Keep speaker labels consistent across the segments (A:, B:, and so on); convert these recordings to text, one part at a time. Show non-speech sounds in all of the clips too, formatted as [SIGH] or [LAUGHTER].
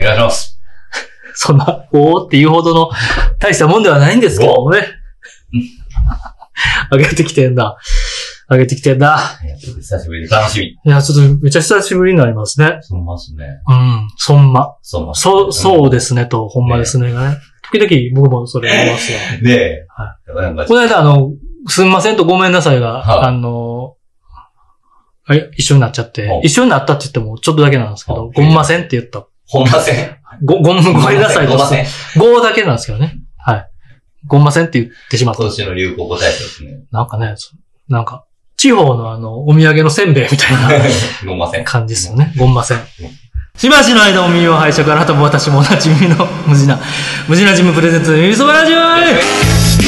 A: お願いします。
B: そんな、おーって言うほどの大したもんではないんですけどもね。上げてきてんだ。上げてきてんだ。
A: えー久しぶりで楽しみ。
B: いや、ちょっとめちゃ久しぶりになりますね。
A: そうますね。
B: うん、そんま。
A: そうますね
B: そう、そうで。すねと、ほんまですねがね。時々僕もそれ言いますよ。
A: で、
B: は
A: なんか
B: こ、の間、あの、すんませんとごめんなさいが、
A: はい
B: あの、あれ一緒になっちゃって
A: はい、
B: 一緒になったって言ってもちょっとだけなんですけど、
A: はい
B: ごんませんって言った。
A: ほんません。
B: ご、ごん、ごめんなさい
A: ほ
B: と
A: ん。ません。
B: ごだけなんですけどね。はい。ごんませんって言ってしまった
A: 今。年の流行語大賞です
C: [LAUGHS]
A: ね。
B: なんかね、そなんか、地方のあの、お土産のせんべいみたい
A: ごんません
B: な。感じですよね。ごんません。しばしの間お耳を拝借あなたも私も同じ耳の無事な、無事なジムプレゼンツ、耳そばラジオ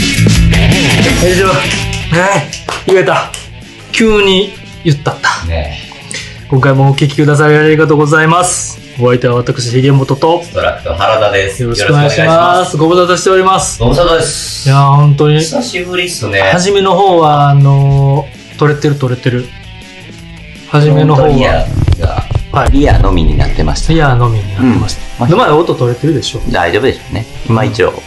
B: 以上。はい。言えた。急に言ったった。
A: ね
B: 今回もお聞きくださりありがとうございます。お相手は私、ひげもとと
A: え、、ストラックの原田です。
B: よろしくお願いし
A: よろ
B: ま
A: し
B: す。ご無沙汰しております。
A: くお願いします。ご無沙汰で
B: い
A: す。
B: やー、本当に、
A: 久しぶりっすね。
B: 初めの方は、あのー、取れてる取れてる。初めの方
A: 本当リ
B: は、
A: アが、
B: はい
C: リアのみになってました。
B: リアのみになってまし
C: う
B: た。
C: ん
B: 沼で音取れてるでしょ。
C: 大丈夫でしょうね。今一応。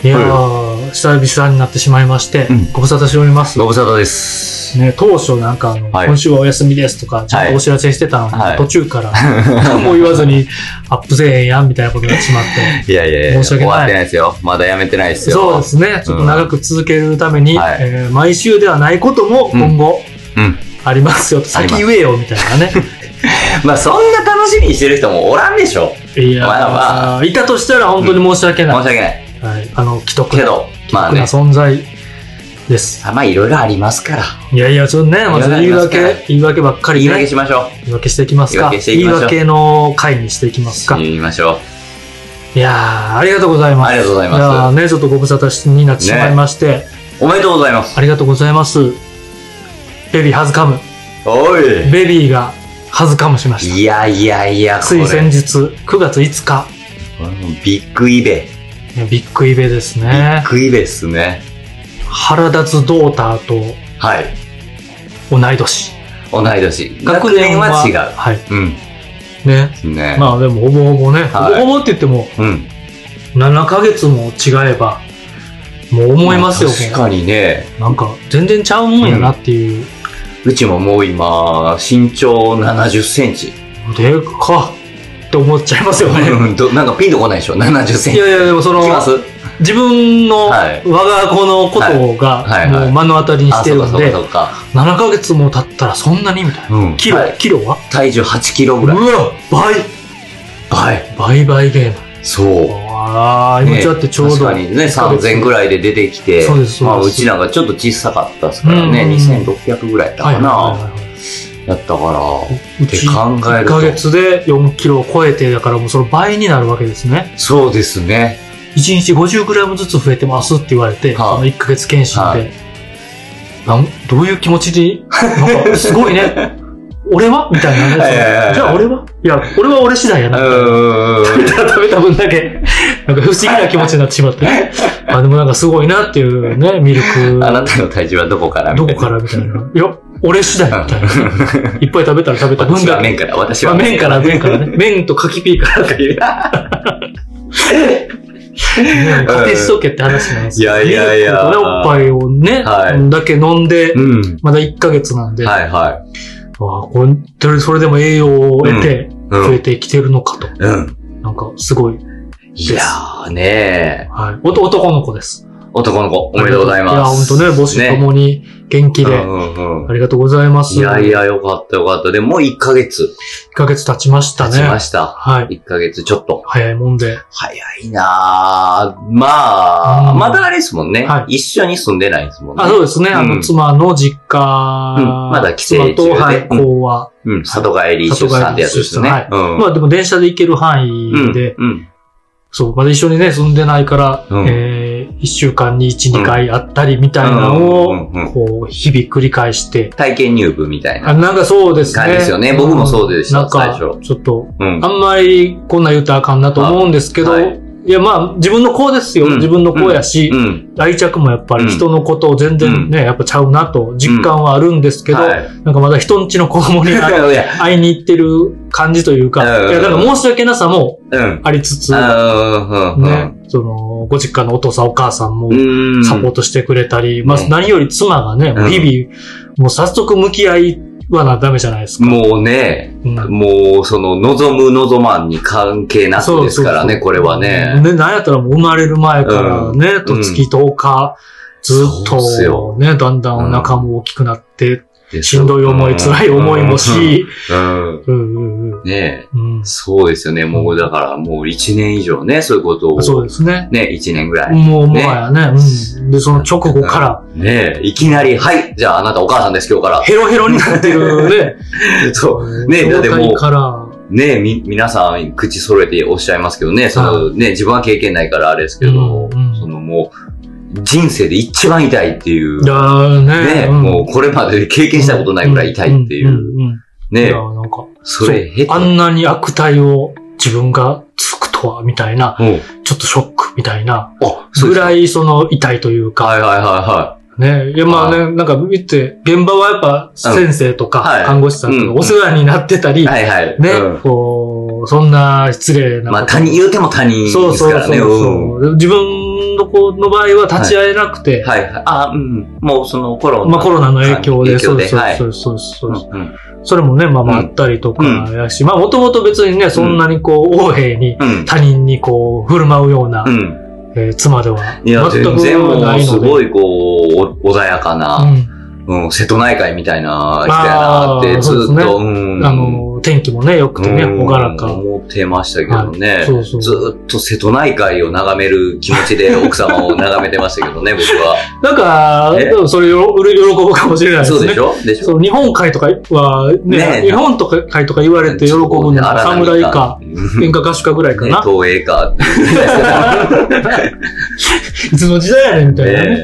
B: いやー、久々になってしまいまして
C: うん、
B: ご無沙汰しております。
C: ご無沙汰です。
B: ね、当初なんかあの、
C: はい
B: 今週はお休みですとか、ちゃんとお知らせしてたのに、
C: はい
B: 途中から、 [LAUGHS] 何も言わ
C: [LAUGHS]
B: ずに、アップせえへんやんみたいなことになってしまって。
C: いやいやいや、
B: 申し訳
C: 終
B: ない
C: わってないですよ。まだやめてないですよ。
B: そうですね。ちょっと長く続けるために、
C: うんはい
B: えー毎週ではないことも今後
C: うん。
B: ありますよと、
C: あり
B: 先
C: ます
B: 言えよみたいなね。
C: [LAUGHS] まあそんな楽しみにしてる人もおらんでしょ。
B: いや、
C: まあま
B: いたとしたら本当に申し訳
C: 申し
B: ない。
C: 訳ない。
B: はい、あの、既得
C: け
B: な、
C: ど、まあ
B: 既
C: ね。
B: 得な存在です。
C: まあいろいろありますから。
B: いやいや、ちょっとね、まず言い
C: いろいろありますから
B: 訳、言い訳ばっかり
C: 言い
B: ね
C: 訳しましょ
B: 言い訳していきます
C: 言
B: か。
C: い訳していきましょう
B: 言い訳の回にしていきます
C: う。
B: か。
C: 言いましょう。
B: いやー、ありがとうございます。
C: ありがとうございます
B: やーね、ちょっとご無沙汰しになってしまいまして、
C: おめでとうございます。
B: ありがとうございます。ベビーはずかむ。
C: おい。
B: ベビーがはずかむしまし
C: いやいやいや、
B: た。
C: こ
B: つい先
C: れ。
B: 日、9月5日、
C: ビッグイベ。
B: ねビッグイベです
C: ビ
B: ね
C: ッ。グイベっすね。
B: 原立つドーターと
C: はい。
B: 同い年。
C: 同い年。学年は違う。
B: はい。
C: うん。
B: ね。
C: ね。
B: まあでも、ほぼほぼね。ほ
C: はい
B: ぼほぼって言っても、
C: うん。
B: 7ヶ月も違えば、もう思いますよ、
C: まあ確かにね。
B: なんか、全然ちゃうもんやなっていう。
C: うちももう今、身長70センチ。
B: でかって思っちゃいますよね。
C: うんどなんかピンとこないでしょ ?70 セン
B: い
C: チ。
B: やいや、でもその
C: き、ます
B: 自分の
C: はい
B: 我が子のこと
C: はい
B: が、
C: はいはい
B: もう目の当たりにし
C: あ、
B: て
C: そうか
B: るん
C: そうか
B: で
C: そ、うか。
B: 7ヶ月も経ったらそんなにみたいな。
C: うん
B: キロ、
C: はい
B: キロは
C: 体重8キロ
B: う
C: ぐらい。
B: わ倍
C: はい。
B: 倍倍ゲーム。
C: そう。
B: ああ、今
C: ね
B: ちだってちょうど。
C: 確かにね、3000ぐらいで出てきて、
B: そうですそうです
C: まあ、うちなんかちょっと小さかったですからね、
B: うん
C: 2600ぐらいだった
B: はい
C: か
B: はい
C: な、
B: はいはい
C: だったから、
B: う
C: って
B: ち
C: 考え
B: 1
C: ると
B: ヶ月で4キロを超えて、だからもうその倍になるわけですね。
C: そうですね。
B: 1日50グラムずつ増えてますって言われ
C: は
B: て、
C: い
B: その1ヶ月検診
C: は
B: で、
C: い
B: なんどういう気持ちで、なんかすごいね。 [LAUGHS] 俺はみたいなねそ
C: はいはいはいは
B: の。
C: い
B: じゃあ俺はいや、俺は俺次第や
C: う
B: な。
C: ーん。 [LAUGHS]
B: 食べた分だけ、なんか不思議な気持ちになってしまって。あ、でもなんかすごいなっていうね、ミルク。
C: あなたの体重はどこからみ
B: ど
C: た
B: こ
C: いな。
B: からみたいな。いや、俺次第みたいな。いっぱい食べたら食べた分
C: 私
B: だ
C: は
B: け。
C: 麺から、私
B: まあ
C: は。
B: 麺から、麺かららね。麺と柿ピーからとか言う。ね、家庭しとけって話なんですけど
C: いやいやいや
B: ミルクとねおっぱいをね、
C: はい
B: だけ飲んで、
C: うん。
B: まだ1ヶ月なんで、
C: はいはい。
B: わあこれそれでも栄養を得て
C: う
B: 増え
C: ん。
B: てきてるのかと。
C: うん。
B: なんか、すごい。
C: いやーねー。
B: はい。おと男の子です。
C: 男の子、おめでとうございます。
B: いや、本当ね、母子ともに元気で、
C: うんうんう
B: あ
C: ん
B: りがとうございます。
C: いやい
B: 1
C: や、よかったよかった。でも、1ヶ月
B: ヶ月経ちました
C: 経
B: ね。
C: ちました。
B: はい。
C: 1ヶ月ちょっと。
B: 早いもんで。
C: 早いなぁ。まあ、
B: うん
C: まだあれですもんね、
B: は
C: 一緒に住んでないですもんね。
B: あ、そうですね。あ
C: う
B: の、
C: ん
B: 妻の実家、
C: うんまだ帰省中で
B: 妻と、はい、
C: うん
B: 子は。
C: うん。里帰り出産ってやつですね。
B: 里帰り出
C: うん。
B: まあでも電車で行ける範
C: う
B: 囲
C: ん
B: で、
C: うん。
B: そう、まだ一緒にね、住んでないから、
C: うん
B: えー、一週間に一、
C: うん
B: 二回会ったりみたいなのを、
C: うんうんうん
B: こう、日々繰り返して、
C: 体験入部みたい
B: あ
C: な。
B: なんかそうですね。
C: 感じですよね僕もそうでした
B: なんか
C: 最初
B: ちょっと、
C: うん
B: あ。んまりこんなん言うたらあかんなと思うんですけど、
C: はい
B: いや、まあ、自分の子ですよ。
C: うん
B: 自分の子やし、
C: うん。
B: 愛着もやっぱり人のことを全然ね、やっぱちゃうなと実感はあるんですけど、
C: はい
B: なんかまだ人んちの子供に
C: [LAUGHS] いや、
B: 会いに行ってる感じというか、
C: うん
B: いや、だから申し訳なさも
C: うん。
B: ありつつ、ね、
C: あーうんうん
B: その、ご実家のお父さんお母さんも
C: うん。
B: サポートしてくれたり、まあ
C: ね
B: 何より妻がね、もう日々、もう早速向き合いはなダメじゃないですか。
C: もうね、
B: うん
C: もう、その、望む望まんに関係なくですから
B: そうそうそ
C: ね、
B: う
C: これはね。
B: ね、なんやったらもう生まれる前からね、
C: ん
B: と月10日、ずっ
C: そうっす
B: と
C: よ
B: ね、だんだんお腹も大きくなって、
C: で
B: しんどい思い、辛い思いも。し、
C: うんうん
B: うんうんうん
C: ね
B: うん
C: そうですよね。もう、だから、もう一年以上ね、そういうことを。
B: そうですね。
C: ね、一年ぐらい。
B: もう、もはやね、うん。で、その直後から、
C: ねいきなり、はい、じゃああなたお母さんです、今日から。 [LAUGHS]
B: ヘロヘロになってるね。
C: そう。 [LAUGHS] ねだ
B: 状
C: ってもう
B: 態から、
C: ねみ、皆さん口揃えておっしゃいますけどね、そのね、自分は経験ないからあれですけど、
B: うんうん
C: そのもう、人生で一番痛いっていう、
B: だーね。
C: ね、
B: うん
C: もうこれまで経験したことないぐらい痛いってい。
B: ん
C: う、
B: んんんい
C: ね
B: や、なんか、
C: それ減っ
B: そうあんなに悪態を自分がつくとは、みたいな、
C: もう、
B: ちょっとショックみたいな、
C: あ、そう
B: ぐ
C: です
B: らいその痛いという
C: か。
B: か、
C: はいはいはいは
B: ね。いや、まあね、なんか見て、現場はやっぱ先生と
C: うんは
B: か
C: い
B: 看護師さんと
C: う
B: か
C: ん
B: お世話になってたり、
C: い。
B: ね
C: はいはい。、うん
B: こう、そんな失礼なこと。
C: まあ他人、言うても他人
B: そう
C: です
B: そう
C: から
B: そう
C: ね、
B: そうう、自分の子の場合は立ち会えなくて、
C: ん。はいはい。あ、うん。もうそのコロナ。
B: まあコロナの影響
C: 影
B: で、そ
C: 響
B: う
C: で
B: そう
C: はい
B: そうそうそう、
C: うん
B: それもね、まあまあ
C: う
B: あ
C: ん
B: ったりとかやし、まあもともと別にね、そんなにこう、横柄に
C: うん。
B: 他人にこう、振る舞うような、
C: うん。
B: えー妻では
C: いや、
B: 全
C: 全
B: く
C: 然も
B: な
C: う
B: い
C: す
B: ので。
C: ごいこう、お穏やか
B: う
C: な、
B: ん
C: うん、瀬戸内海みたいな人やなって、
B: あー
C: ずっ
B: そうです
C: と、うん。
B: あの、天気もね、良くてね、
C: うん
B: ほがらか。
C: 思ってましたけどね。
B: そうそう。
C: ずっと瀬戸内海を眺める気持ちで奥様を眺めてましたけどね、僕は。
B: なんか、
C: え
B: でもそれよろ喜ぶかもしれないですね。
C: そうでしょでしょ
B: [LAUGHS] そう日本海とかはね、
C: ねえ
B: 日本とか海とか言われて喜ぶのは侍か、
C: 喧
B: 演歌歌手かぐらいか
C: ね
B: な。、
C: 東映か。
B: いつの時代やねんみたいなね。
C: ね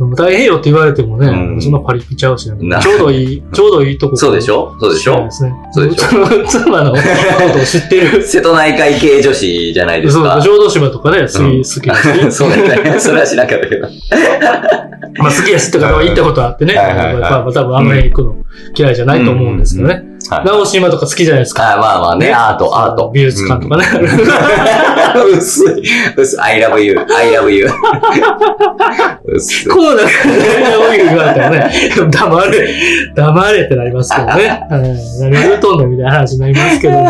B: その太平洋って言われてもね、
C: うん
B: そんなパリピちゃうしね
C: な
B: ちょうどいい、ちょうどいいとこ。
C: そうでしょそうでし
B: そう
C: ょ
B: ですね。
C: そうでしょ
B: の [LAUGHS] 妻のことを知ってる。
C: 瀬戸内海系女子じゃないです
B: そう、
C: か。
B: 浄土島とかね、好き、好き
C: [LAUGHS]
B: だし。
C: そうだ [LAUGHS] ね。それは知らなかったけど。
B: まあ、好きやしって方は行ったことあってね。
C: はいはいはい
B: まあ、まあ多分あんまり行くの嫌いじゃないと思うんですけどね。
C: はい
B: 直島とか好きじゃないですか。
C: あまあまあね、アート、アート。
B: 美術館とかね。
C: うん。 [LAUGHS] 薄い。薄い。I love you. I love [LAUGHS] you. 薄い。
B: こうなんか、ね、言われたらね、黙れ、黙れってなりますけどね。はい何言うとんねんみたいな話になります
C: [LAUGHS]
B: けども。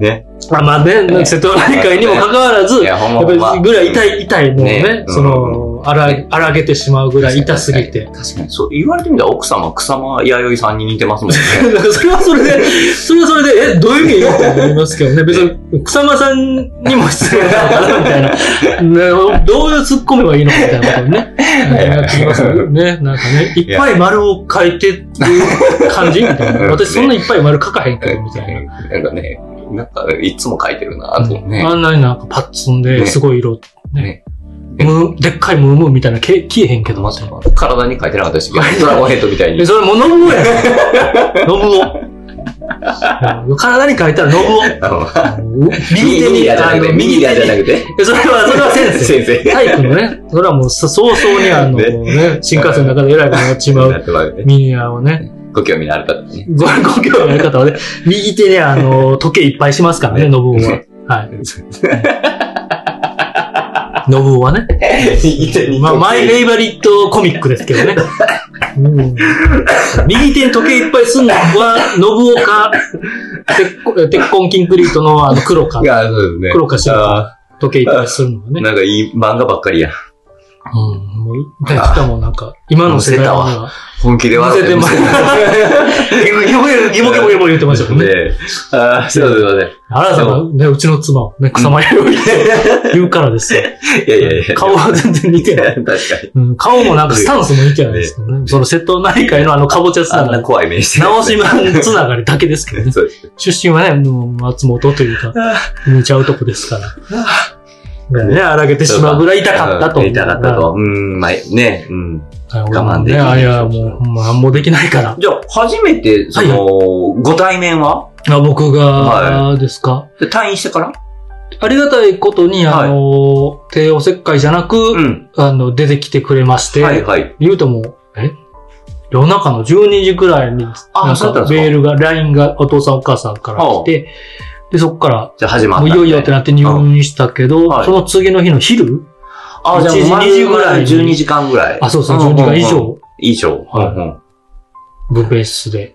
C: ね。
B: まあまあね、瀬戸内海にもかかわらず、
C: い
B: や
C: や、ほんま
B: っぱりぐらい痛
C: い。
B: い、痛いものをね
C: ね、
B: その、あら、
C: ね
B: 荒げてしまうぐらい痛すぎて。
C: 確かに。そう、言われてみたら奥様、草間弥生さんに似てますもんね。
B: なんかそれはそれで、それはそれで、え、どういう意味って思いますけどね。別に、草間さんにも失礼なのかなみたいな。ねどういう突っ込めばいいのかみたいなことに [LAUGHS] ね。なってきますよね。なんかね、いっぱい丸を書いてる感 [LAUGHS] じみたいな。私そんないっぱい丸書かへんけど、みたい
C: [LAUGHS] な
B: な。
C: んかね、なんか、いつも書いてるなとね。
B: あんなになんかパッツンで、すごい色。ね
C: ね。
B: ムーでっかいムームーみたいな消え消えへんけど、
C: ま
B: ま
C: さ
B: た。
C: か体に書いてなかったですけど、ドラゴンヘッドみたい
B: え、
C: に。
B: それもうノブオやん。 [LAUGHS] ノブオ。体に書いたらノブオ。
C: [LAUGHS] あの
B: 右
C: 右
B: 手に、
C: リアじゃな
B: あ
C: く
B: の
C: て、右リアじゃな
B: に
C: くて。
B: えそれは、それは先
C: [LAUGHS] 先
B: 生。
C: 生。
B: 体育のね、それはもうさ早々にあの
C: ね
B: ね、新幹線の中で偉く [LAUGHS] なっち
C: [LAUGHS]
B: ま
C: な
B: う
C: ってまうよね。
B: ミニアをね、
C: ご興味のある方ね。
B: ご、ご興味ある方はね、右手であの、時計いっぱいしますからね、
C: ね
B: ノブオ [LAUGHS] は。はい。ノブオは [LAUGHS] ね。
C: [LAUGHS] 右手に。
B: まあ、マイフェイバリットコミックですけどね。うん右手に時計いっぱいすんのは、ノブオか、鉄骨鉄痕キンクリートのあの黒か
C: い、や、そうですね。
B: 黒か白か
C: あ
B: 時計いっぱいするのはね
C: ー。なんかいい漫画ばっかりや。
B: うん、もう、ね、しかもなんか、今の世代には、
C: 本気で笑ってます。
B: 見せてギボギボギボギボギボ言ってましたもんね。
C: ね。 [LAUGHS] ああ、すいません、すいま
B: 原田さんがね、うちの妻をね、草間弥生って言うからですよ。
C: せん。いやいやいや。
B: 顔は全然似てない。
C: 確か
B: うん、顔もなんかスタンスも似てないですけどね。その瀬戸内海のあのカボチャつ
C: に。あ
B: なんが
C: な
B: り、
C: 怖い目してる。
B: 直島つながりだけですけどね。
C: そうです。
B: 出身はね、もう松本というか、似ちゃうとこですから。ね、荒げてしまうぐらい痛かったと。
C: 痛かったと。うん、まあ、ね。うん。
B: 我
C: 我
B: 慢
C: 慢
B: で
C: できな
B: ね、
C: い
B: あれはもう、ほんまなんもできないから。
C: じゃあ、初めて、その、ご対面は
B: あ僕
C: は
B: が、ですか
C: で退院してから
B: ありがたいことに、あの、帝王切開じゃなく、
C: うん。
B: あの、出てきてくれまして、
C: はいはい。
B: 言うともう、え夜中の12時くらいに、
C: あ
B: なん
C: そうだったん
B: か
C: ですか
B: メールが、LINE がお父さんお母さんから来て、で、そっから、
C: じゃあ始ま
B: も
C: った。
B: ういよいよってなって入院したけど、
C: はい
B: その次の日の昼
C: あ、じゃあもう
B: 1時2時ぐらいに
C: 12時間ぐらい。
B: あ、そうそう、12時間
C: うんうんうん。
B: 以上、
C: 以上。
B: はい
C: うんうん
B: 分娩室で。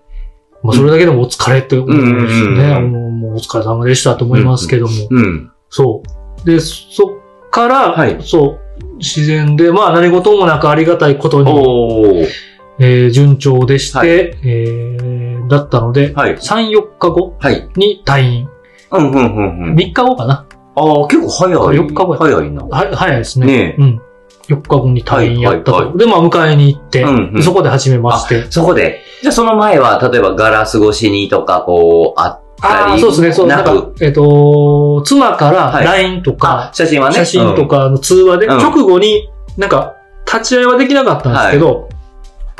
B: まあ、それだけでもお疲れって思うんですよ
C: うんうん
B: ね。
C: うんうん
B: もうもうお疲れ様でしたと思いますけども。
C: うん。
B: そう。で、そっから、
C: はい
B: そう、自然で、まあ何事もなくありがたいことに、
C: おー。
B: えー順調でして、
C: はい
B: えーだったので、
C: はい。
B: 3、4日後
C: はい。
B: に退院。
C: うんうんうんうん。
B: 3日後かな。
C: ああ、結構早い。
B: 4日後や
C: 早いな。
B: は早いですね。
C: ね
B: うん。4日後に退院やったと。
C: はいはいは
B: で、まあ迎えに行って、
C: うんうん
B: そこで初めまして
C: え。。そこで、じゃあその前は、例えばガラス越しにとか、こう、あったり。
B: ああ、そうですね。そう、な
C: なん
B: か
C: く、、
B: えっ、と、妻から
C: はい
B: LINE と
C: あ
B: か、
C: 写真はね。
B: 写真とかの通話で、
C: うん
B: 直後に、なんか、立ち会いはできなかったんですけど、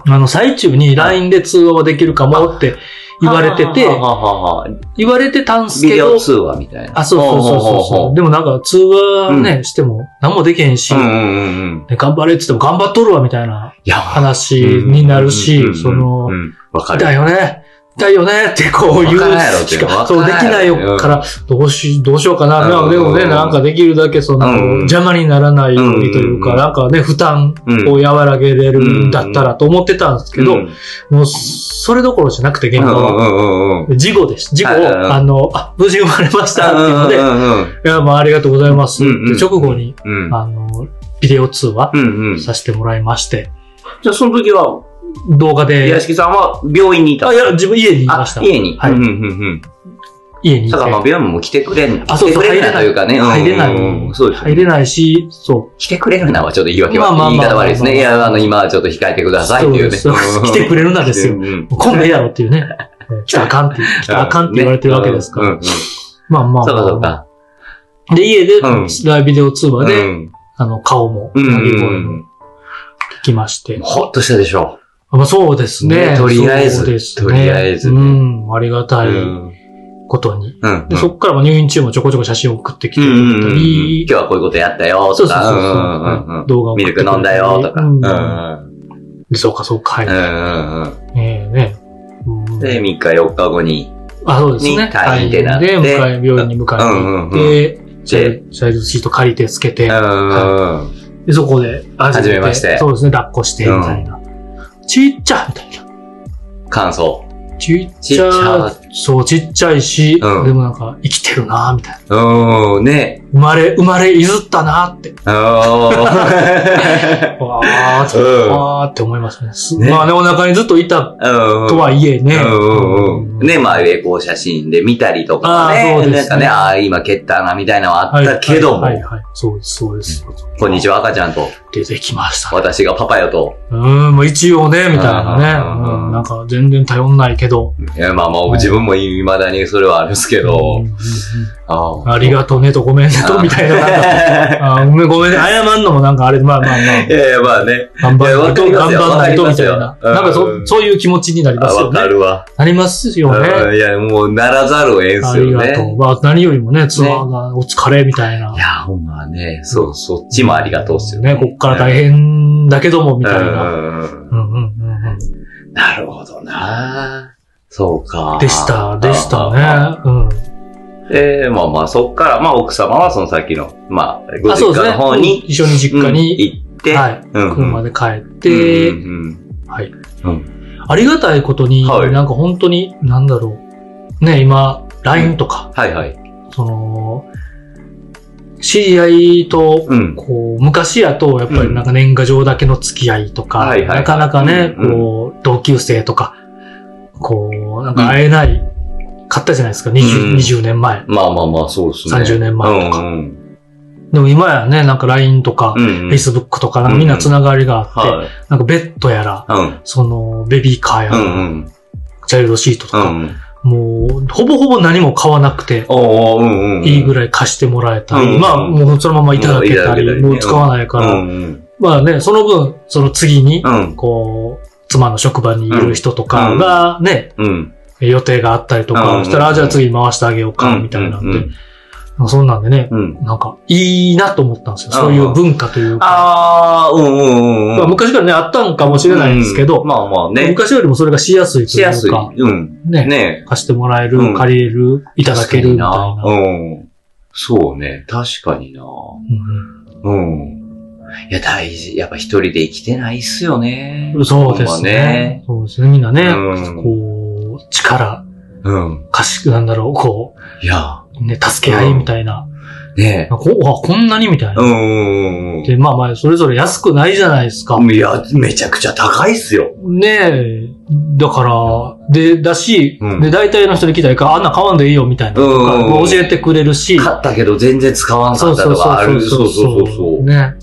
B: あの、最中に LINE で通話はできるかもって
C: うん。
B: 言われてて
C: は、はははは
B: 言われてたんす
C: ビ
B: け
C: デ
B: ど
C: オ、通話みたいな。
B: あ、そうそうそうそ
C: ほ
B: う
C: うほうほうほ
B: そうう。でもなんか、通話ね、しても何もできへんし、
C: うんうんうんうん。
B: で頑張れって言っても頑張っとるわみたいない
C: や、
B: 話にな
C: うん
B: る
C: うん
B: し、
C: うん
B: その
C: う、んわかる。
B: だよね。だよねってこう言う
C: わからんやろって
B: し
C: いうの
B: か、
C: わ
B: そうで
C: か
B: きな
C: らん
B: い
C: やろね
B: よから、どうし、どうしようかな。
C: う
B: まあ
C: ん
B: でもね、なんかできるだけその、
C: うん
B: 邪魔にならないようにという
C: う
B: か、
C: ん
B: なんかね、負担
C: うん
B: を和らげれるんだったらと思ってたんですけ
C: う
B: ど、
C: ん
B: もう、それどころじゃなくて、現
C: うん
B: 場
C: う
B: は。
C: んうんうん。
B: 事故です。事故
C: はいはいはい
B: を、あの、あ、無事生まれましたっていうので、
C: う
B: い
C: んうん
B: や、まあありがとうございます。
C: うんうん
B: で、直後に、
C: うん。うん
B: あの、ビデオ通話
C: うんうん。じ
B: させてもらいまして、
C: ゃあその時は、
B: 動画で
C: 屋、敷さんは病院にいた
B: あ、いや、自分家にいました
C: あ。家に。
B: はい
C: うんうんうんうん。
B: 家にいて
C: た。だまあ、ビアンも来てくれん、
B: あ
C: 来
B: そう
C: て
B: そう
C: くれないというかね。うん
B: 入れない
C: うんうんそうですよね
B: 入れないし、そう。
C: 来てくれるなはちょっと言い訳は、
B: まあまあまあ
C: 言い方悪いですね。い
B: まあま
C: や、
B: あ
C: あの、今はちょっと控えてくださいって [LAUGHS] いうね。
B: そうです
C: うん
B: 来てくれるなですよ
C: うんうん
B: [LAUGHS] 来んでええやろっていうね。来たらあかんって、来たらあかんって言われてるわけですから。
C: うんうんそ
B: まあまあ
C: うか
B: ま
C: そ
B: あ
C: う
B: まあ。
C: か。
B: で、家で
C: うん、
B: ライブビデオ通話
C: う
B: で、
C: ん
B: あの、顔も、
C: うんう
B: 泣き
C: んう
B: 声も
C: ん。
B: 聞きまして。
C: ほっとしたでしょ
B: まあそうですね。
C: ねとりあえず
B: そうですね
C: とりあえず
B: うん、ありが
C: う。
B: たい
C: うん
B: ことに。
C: うん。
B: で、そっからも入院中もちょこちょこ写真を送ってき
C: う
B: て
C: んう
B: く
C: んう
B: れた
C: ん今
B: り
C: 日、はこういうことやったよ
B: そ
C: と
B: うそう
C: か、
B: そう
C: う
B: そうん
C: うんうんうん
B: 動画を送
C: ミ
B: って
C: ル
B: くれ
C: ク
B: たり
C: 飲んだよとか。
B: う
C: うん
B: ん
C: うんうん
B: でそうかそうか、はい。
C: う
B: ね
C: んうん
B: えね。うん
C: で、3日4日後に、
B: あ、そうですね。
C: に退院ってなって
B: で、迎え、病院に迎えに行って、チ
C: で
B: ャイルドシート借りてつけて、
C: うんうんうん
B: で、そこで、初
C: 初めまして
B: そうですね、抱っこして、みたいな。ちっちゃみたいな。
C: 感想。
B: ち
C: ちっ
B: っち
C: ち
B: ゃ
C: ゃ
B: そう、ちっちゃいし、
C: うん
B: でもなんか、生きてるなみたいな。
C: うん、ね。
B: 生まれ、生まれいずったなって。
C: うん [LAUGHS] う
B: わーって、
C: うん
B: わーって思いますね。す
C: ね
B: まあね、お腹にずっといた [LAUGHS]
C: んうん
B: とはいえね。
C: うんうんうん。ね、まあ、エコー写真で見たりとか
B: あーそう
C: ね。
B: ですね
C: なんかね、ああ、今蹴ったな、みたいなのはあったけども
B: はい、はい、はいはいそうです、そうです。
C: こんにちは、赤ちゃんと、
B: 出てきました。
C: 私がパパよと、
B: うん、まあ一応ね、みたいな
C: うんうんうん
B: ね。うん、なんか全然頼んないけど。
C: いやまあまあ、自分も未だにそれはあるんですけ
B: う
C: ど
B: んうん、うん
C: あ
B: ありがとうねとごめんねと、みたいな。なんか
C: [LAUGHS] あ。
B: あごめんごめんね。謝んのもなんかあれ、まあまあまあ
C: [LAUGHS] い。やいや、まあね。
B: 頑張
C: いや
B: ら
C: わ
B: ない
C: か
B: と、
C: りま
B: 頑
C: すよ
B: 張らないと、みたい
C: わ
B: な
C: か。りますよ
B: なんか
C: う
B: そ、
C: ん
B: そういう気持ちになり
C: あ
B: ます
C: わ
B: よね
C: か。るわ。
B: なりますよ
C: うん
B: ね。
C: いや、もう、ならざるを得ん
B: あ
C: す
B: り
C: よ
B: が
C: ね。
B: と。う。まあ何よりもね、ツアーがお疲れみたいない
C: や、ほんまね、そう、そっちもありがとうっすよ
B: ね、こっから大変だけども、みたいな。
C: うんうんうん
B: うんうんうんうん。
C: なるほどなそうか。
B: でした、でしたね。うん。
C: ええまあまあ、そっから、まあ奥様はその先の、まあ、ご
B: あ、そうで
C: 実
B: す
C: 家
B: ね
C: の方。に、
B: 一緒に実
C: う
B: 家に
C: ん行って、
B: はい。
C: うんうん
B: 車で帰って、
C: うんうん
B: はい。
C: うん
B: ありがたいことに、
C: はい
B: なんか本当に、なんだろう。ね、今、LINE とか、
C: はいはい。
B: その、知り合いと、
C: うん。
B: こう、昔やと、やっぱりなんか年賀状だけの付き合いと
C: うん
B: か、
C: はいはいはい
B: なかなかね、
C: うん
B: こう、同級生とか、こう、なんか会えない、買ったじゃないですか、20,、
C: うん
B: 20年前。
C: まあまあまあ、そうですね。
B: 30年前とか
C: うんうん
B: でも今やね、なんか LINE とか、
C: うんうん。
B: Facebook とか、なんかみんなつながりがあって、
C: はい。
B: なんかベッドやら、
C: うん。
B: その、ベビーカー
C: う
B: やら、
C: んうん。
B: チャイルドシートと
C: う
B: か、
C: ん。
B: もう、ほぼほぼ何も買わなくて、
C: おーうんうん。
B: いいぐ
C: らい
B: らい貸してもらえた
C: うんう
B: り、
C: ん
B: まあ、もうそのままいただけ
C: うんい
B: た
C: ただけた
B: り、
C: り
B: もう使わないか
C: う
B: ら、
C: んうん。
B: まあね、その分、その次に
C: う、ん。
B: こう、妻の職場にいる人とかがね、
C: うん。
B: 予定があったりと
C: うんうん
B: か
C: う、ん
B: したら、あじゃあ次回してあげようか、みたいな
C: うん
B: で、まあそんなんでね、
C: うん。
B: なんか、いいなと思ったんですよ。そういう文化というか。
C: ああ、うんうんうんうん。
B: まあ、昔からね、あったんかもしれないんですけど、
C: うんまあまあね。
B: 昔よりもそれがしやすいと
C: し
B: い
C: やす
B: う
C: い。
B: か、
C: うん。
B: ね、
C: ね
B: 貸してもらえる、
C: うん
B: 借りれる、いただけるみたいな。
C: 確かになうん。そうね。確かにな。うん。いや、大事。やっぱ一人で生きてないっすよね
B: う。んそうですね
C: ね
B: そうですね。みんなね、
C: うん
B: こう、力、
C: うん。
B: 貸し、なんだろう、こ
C: いや、
B: う、ね、助け合いみたいな。
C: ね
B: こうわこんなにみたいな。
C: うんうんうん
B: で、まあまあ、それぞれ安くないじゃないですか。
C: うん。いや、めちゃくちゃ高いっすよ。
B: ねえ。だから、で、だし、
C: うん
B: で、大体の人に聞いたら、あんな買わんでいいよみたいなとか、
C: うん
B: もう教えてくれるし、
C: 買ったけど全然使わなかったとかある。そうそうそうそう。
B: ね。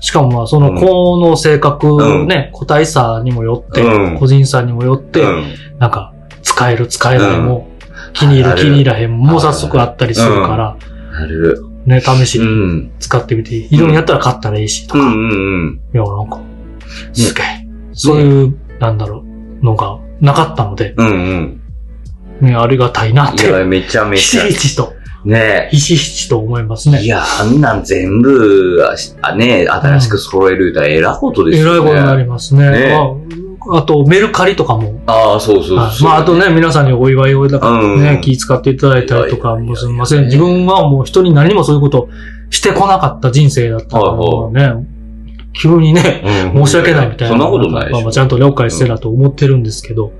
B: しかもまあ、その
C: うん
B: 子の性格、
C: うん
B: ね、個体差にもよって、
C: うん
B: 個人差にもよって、
C: うん
B: なんか、使える使えないも、気に入
C: あ
B: る
C: る
B: 気に入らへんも早速あったりするから、
C: ある。
B: ね、試し
C: う
B: に
C: ん。
B: 使ってみて、いろんやったら買ったらいいし、と
C: う
B: か、
C: んうんうん。
B: いや、なんか、すげえ。そういう、なんだろう、のがなかったので、
C: うん
B: ね、ありがたいなっ
C: うん。いや、
B: て、
C: めちゃめ
B: ひ
C: ち
B: し
C: ゃ
B: [LAUGHS] ひ。しと、
C: ね
B: ひしひしと思います
C: え。
B: ね。
C: いや、あんなん全部、あしあね、新しく揃えるたら偉いことで
B: え
C: す
B: らい
C: よ
B: こ
C: ね。
B: とになりますね。
C: ね
B: まあ、あと、メルカリとかも。
C: ああ、そうそう
B: はい
C: そう。
B: まあ、あとね、皆さんにお祝いをだからね、
C: うん
B: 気遣っていただいたりとか、
C: いやいやいやいや
B: もうすみません。自分はもう人に何もそういうことしてこなかった人生だったので、ね、急にね、
C: うん、
B: 申し訳ないみたい
C: そ
B: な。
C: んなことないで
B: まあ
C: し
B: まあ
C: ょ。
B: ちゃんと了解してなと思ってるんですけど、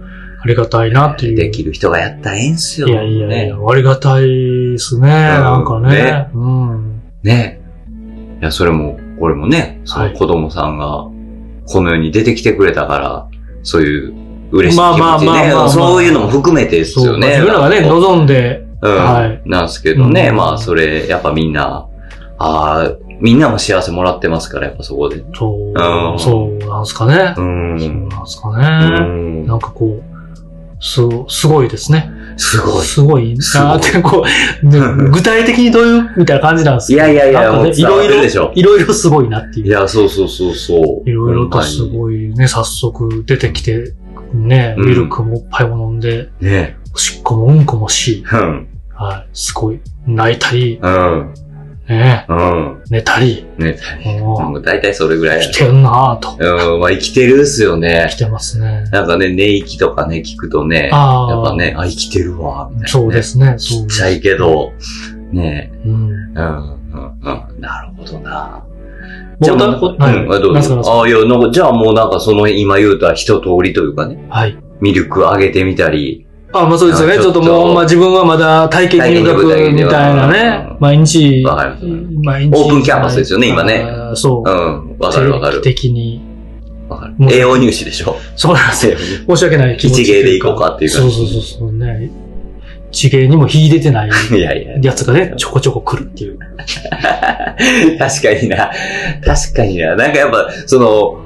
B: ありがたいなっていう。
C: できる人がやったらええんすよ。
B: いやいやい
C: ね。
B: や、ありがたいですね、なんかね
C: ね。
B: うん。
C: ねいや、それも、これもね、その子供さんが、この世に出てきてくれたから、そういう、嬉しい気
B: まあまあ
C: 持ち
B: まあまあまあ
C: ね。そういうのも含めてです
B: そ
C: よ
B: うね。
C: ね。
B: 自分らがね、望んで、
C: うん
B: はい
C: なんですけどね、
B: うん
C: まあそれ、やっぱみんな、ああ、みんなも幸せもらってますから、やっぱそこで。
B: そうう、
C: ん
B: そうなんすかね。
C: うん
B: そうなんすかね。なんかこう、す、すごいですね。
C: すごい。
B: すごいなーって、こう、で
C: [LAUGHS]
B: 具体的にどういう、みたいな感じなんです
C: い
B: けど
C: やいやいや、
B: なんか
C: も
B: ね
C: う伝わってるでしょ。
B: いろいろすごいなって
C: い
B: いう。
C: や、そうそうそうそう。
B: いろいろとす
C: い。
B: ごいね、早速出てきて、ね、
C: うん
B: ミルクもいっぱいも飲んで、
C: ね。
B: おしっこもうんこもし、
C: うん。
B: はい、すごい、泣いたり、
C: うん。
B: ね、
C: うん。
B: 寝たり、
C: ね。
B: も
C: もう大体それぐら
B: う、
C: い
B: 来。てんなぁと。
C: うん。まあ生きてるっすよね
B: 来。てますね。
C: なんかね、寝息とかね、聞くとね、やっ
B: ああ。
C: ぱ。ね、あ、生きてるわ、みたいなね。
B: そうですね。そ
C: ち
B: う
C: っちゃいけど、ね。
B: うん。
C: うん、うん、うん。なるほどな。じ
B: じゃ
C: ゃ
B: あ、
C: あ、
B: ま
C: ま
B: た、
C: た、
B: は
C: うん、あ
B: い。
C: どう
B: なんすか
C: ぞ。ああ、いや、なんか、じゃあもうなんかその今言うた一通りというかね、
B: はい。
C: ミルクあげてみたり、
B: あ、まあそうですよね。
C: あ
B: ち
C: ち
B: ょ
C: ょ
B: っ
C: っ
B: と
C: と
B: もう、まあ自分はまだ体験入学みたいなね
C: うん。
B: 毎日、
C: わかります
B: 毎日。
C: オープンキャンパスですよね今ね
B: あーそうう。
C: ん、わかるわかる。
B: 定期的に。
C: わかる
B: もう。
C: 栄養入試でしょ [LAUGHS]
B: そうなんですよ。
C: 栄養入
B: 申し訳ない気持ちとい。
C: 一芸で行こうかっていう
B: そう
C: 感じ
B: そうそうそうね。一芸にも秀でてない
C: 試いやいや。
B: やつがね、ちょこちょこ来るっていう。
C: 確かにな。確かにな。なんかやっぱ、その、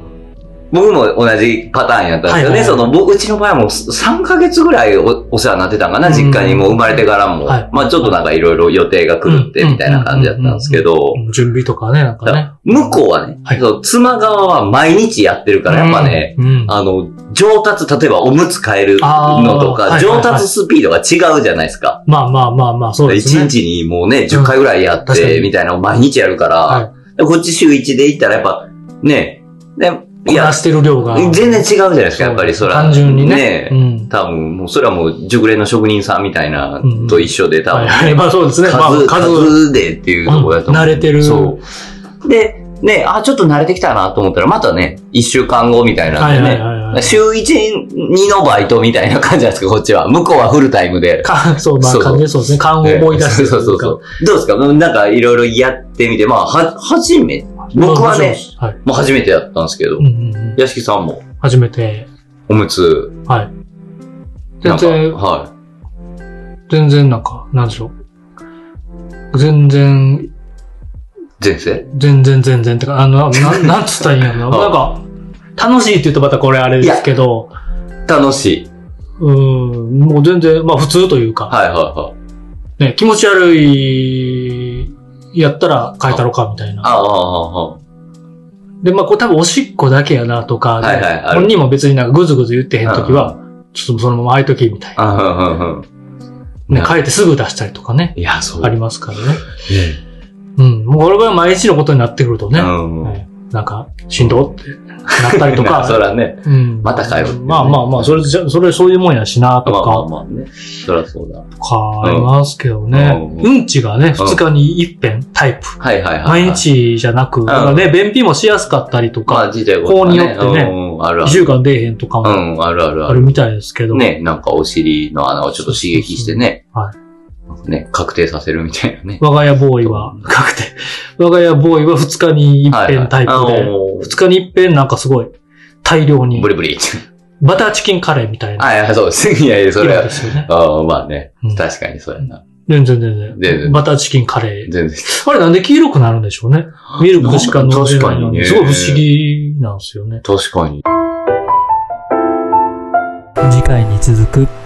C: 僕も同じパターンやったんですよね。
B: はいはい
C: その、僕、うちの場合はもう3ヶ月ぐらいおお世話になってたんかな、
B: うん
C: 実家にも生まれてからも。
B: はい
C: まあちょっとなんかいろいろ予定が狂って、みたいな感じだったんですけど、
B: 準備とかね、なんかね。
C: 向こうはね、
B: はい
C: そう妻側は毎日やってるから、やっぱね、
B: うん。うん。
C: あの、上達、例えばおむつ変えるのと
B: あーは
C: か、
B: いはいはい
C: 上達スピードが違うじゃないですか。
B: まあまあまあまあ、そうです
C: 一
B: ね。
C: 日にもうね、10回ぐらいや
B: うん
C: っ
B: 確か
C: て、
B: に
C: みたいなのを毎日やるから、
B: は
C: でこっち週1で行ったらやっぱ、ね、でい
B: い。こ
C: や
B: な、してる量が。
C: 全然違うじゃないですか、やっぱりそれは。
B: 単純にね。うん。
C: 多分、もうそれはもう熟練の職人さんみたいな
B: うん
C: と一緒で、多分、
B: はいはい。まあそうですね。まあ
C: 数、
B: 数。
C: 数でっていうところだと思う。
B: うん慣れてる
C: そう。で、ね、あ、ちょっと慣れてきたなと思ったら、またね、一週間後みたいな
B: は
C: ん
B: い
C: でね。
B: はいはいはい。
C: 週1、2のバイトみたいな感じなんですか、こっちは。向こうはフルタイムで。
B: か [LAUGHS] そう、まあ
C: そう
B: 感じでそうですね。勘を思い出して
C: ね [LAUGHS] そうそうそう。どうですかなんかいろいろやってみて、まあ、は、初め、僕はね、。
B: はい。
C: もう初めてだったんですけど
B: う、んうんうん。
C: 屋敷さんも、
B: 初めて。
C: おむつ、
B: はい。
C: な
B: 全
C: んか、
B: 然、
C: は
B: 全然なんか、なんでしょう。全然、
C: い、前世
B: 全然全然ってか、あの、ななん、なんつったらいいんや
C: [LAUGHS]
B: ろな。なんか、楽しいって言うとまたこれあれですけど、
C: 楽しい。
B: うーん、もう全然、まあ普通というか、
C: はいはいはい。
B: ね、気持ち悪い、やったら変えたろか、みたいな。
C: ああ、ああ、あ
B: で、まあ、これ多分おしっこだけやなとか、
C: あ。はいはい、あ
B: 本
C: る。
B: 人も別になんかぐずぐず言ってへんときは、ちょっとそのままあいときみたいな。
C: ああ、うんうんうん。
B: ね、書いてすぐ出したりとかね、
C: いや、そう。
B: ありますからね。
C: ね
B: うん。もうこれが毎日のことになってくるとね、
C: うん。
B: なんか、しんどってなったりと
C: [LAUGHS] まあそ
B: か、
C: らね。
B: うん。
C: またかよっていうね
B: まあまあまあ、それ、じゃそれそういうもんやしな、
C: ま
B: と
C: あまあ
B: か、
C: まあね。そらそうだ。
B: か、ありますけどね。
C: うん
B: うんちがね、二日に一遍タイプ。
C: はいはいはいはい。
B: 毎。日じゃなく、なんかね、便秘もしやすかったりと
C: ま
B: か、
C: あ、自体
B: 高によってね
C: うんうんあるあ
B: 一
C: る。
B: 週間出えへんとか
C: う
B: も
C: ん、あるあるあ
B: あ
C: る。
B: るみたいですけど。
C: ね、なんかお尻の穴をちょっと刺激してね。。
B: はい
C: なんかね、確定させるみたいなね。
B: 我が家ボーイは、確定。 [LAUGHS] 我が家ボーイは二日に一遍タイプ
C: はいはいあ
B: で、
C: もう
B: 二日に一遍なんかすごい、大量に
C: ブ、リブリって。
B: バターチキンカレーみたいな。
C: あ、いや、そうです。いやいや、それ
B: 色
C: は
B: で。すよね。
C: ああ、まあね
B: うん。
C: 確かにそうやな。
B: 全然全
C: 全
B: 然。
C: 然
B: バターチキンカレー。
C: 全然。
B: あれなんで黄色くなるんでしょうね。ミルクしか飲んでない
C: 確かに
B: の
C: ね
B: すごい不思議なんですよね。
C: 確かに。
B: 次回に続く。